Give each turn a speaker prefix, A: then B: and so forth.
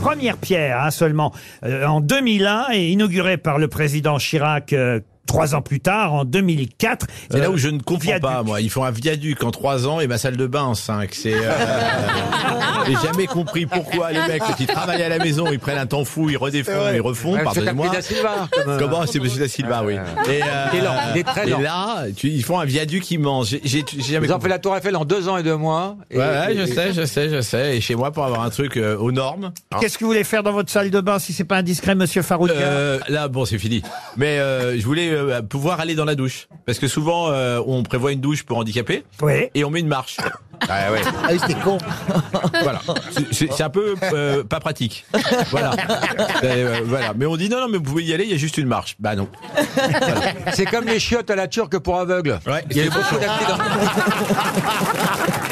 A: première pierre hein, seulement euh, en 2001 et inaugurée par le président Chirac euh, trois ans plus tard, en 2004.
B: C'est là
A: Euh,
B: où je ne comprends
A: viaduc.
B: pas, moi. Ils font un viaduc en 3 ans et ma salle de bain en 5. C'est. euh, J'ai jamais compris pourquoi les mecs, quand ils travaillent à la maison, ils prennent un temps fou, ils redéfont, ils refont,
C: Ouais, c'est
B: pardonnez-moi.
C: Capri da Silva, comme, euh,
B: Comment Ah, c'est Monsieur Da Silva, oui. Et, euh,
C: Il est lent, il est très
B: et
C: lent.
B: là, tu- ils font un viaduc immense. J'ai- J'ai j'ai jamais
C: Ils ont fait
B: compris.
C: la Tour Eiffel en deux ans et deux mois. Et-
B: Ouais, ouais, je
C: et-
B: sais, je sais, je sais. Et chez moi, pour avoir un truc euh, aux normes. hein.
A: Qu'est-ce que vous voulez faire dans votre salle de bain si c'est pas indiscret, monsieur Farouka
B: Euh, là, bon, c'est fini. Mais euh, je voulais euh, pouvoir aller dans la douche. Parce que souvent, euh, on prévoit une douche pour handicapés
A: Oui.
B: et on met une marche. Ah ouais.
D: Ah oui, c'était con.
B: Voilà. C'est- C'est c'est un peu euh, pas pratique. Voilà. Euh, voilà. Mais on dit non, non, mais vous pouvez y aller, il y a juste une marche. Bah non.
C: C'est comme les chiottes à la turque pour aveugles.
B: Ouais,
C: Il y a eu
B: c'est-
C: beaucoup d'accidents.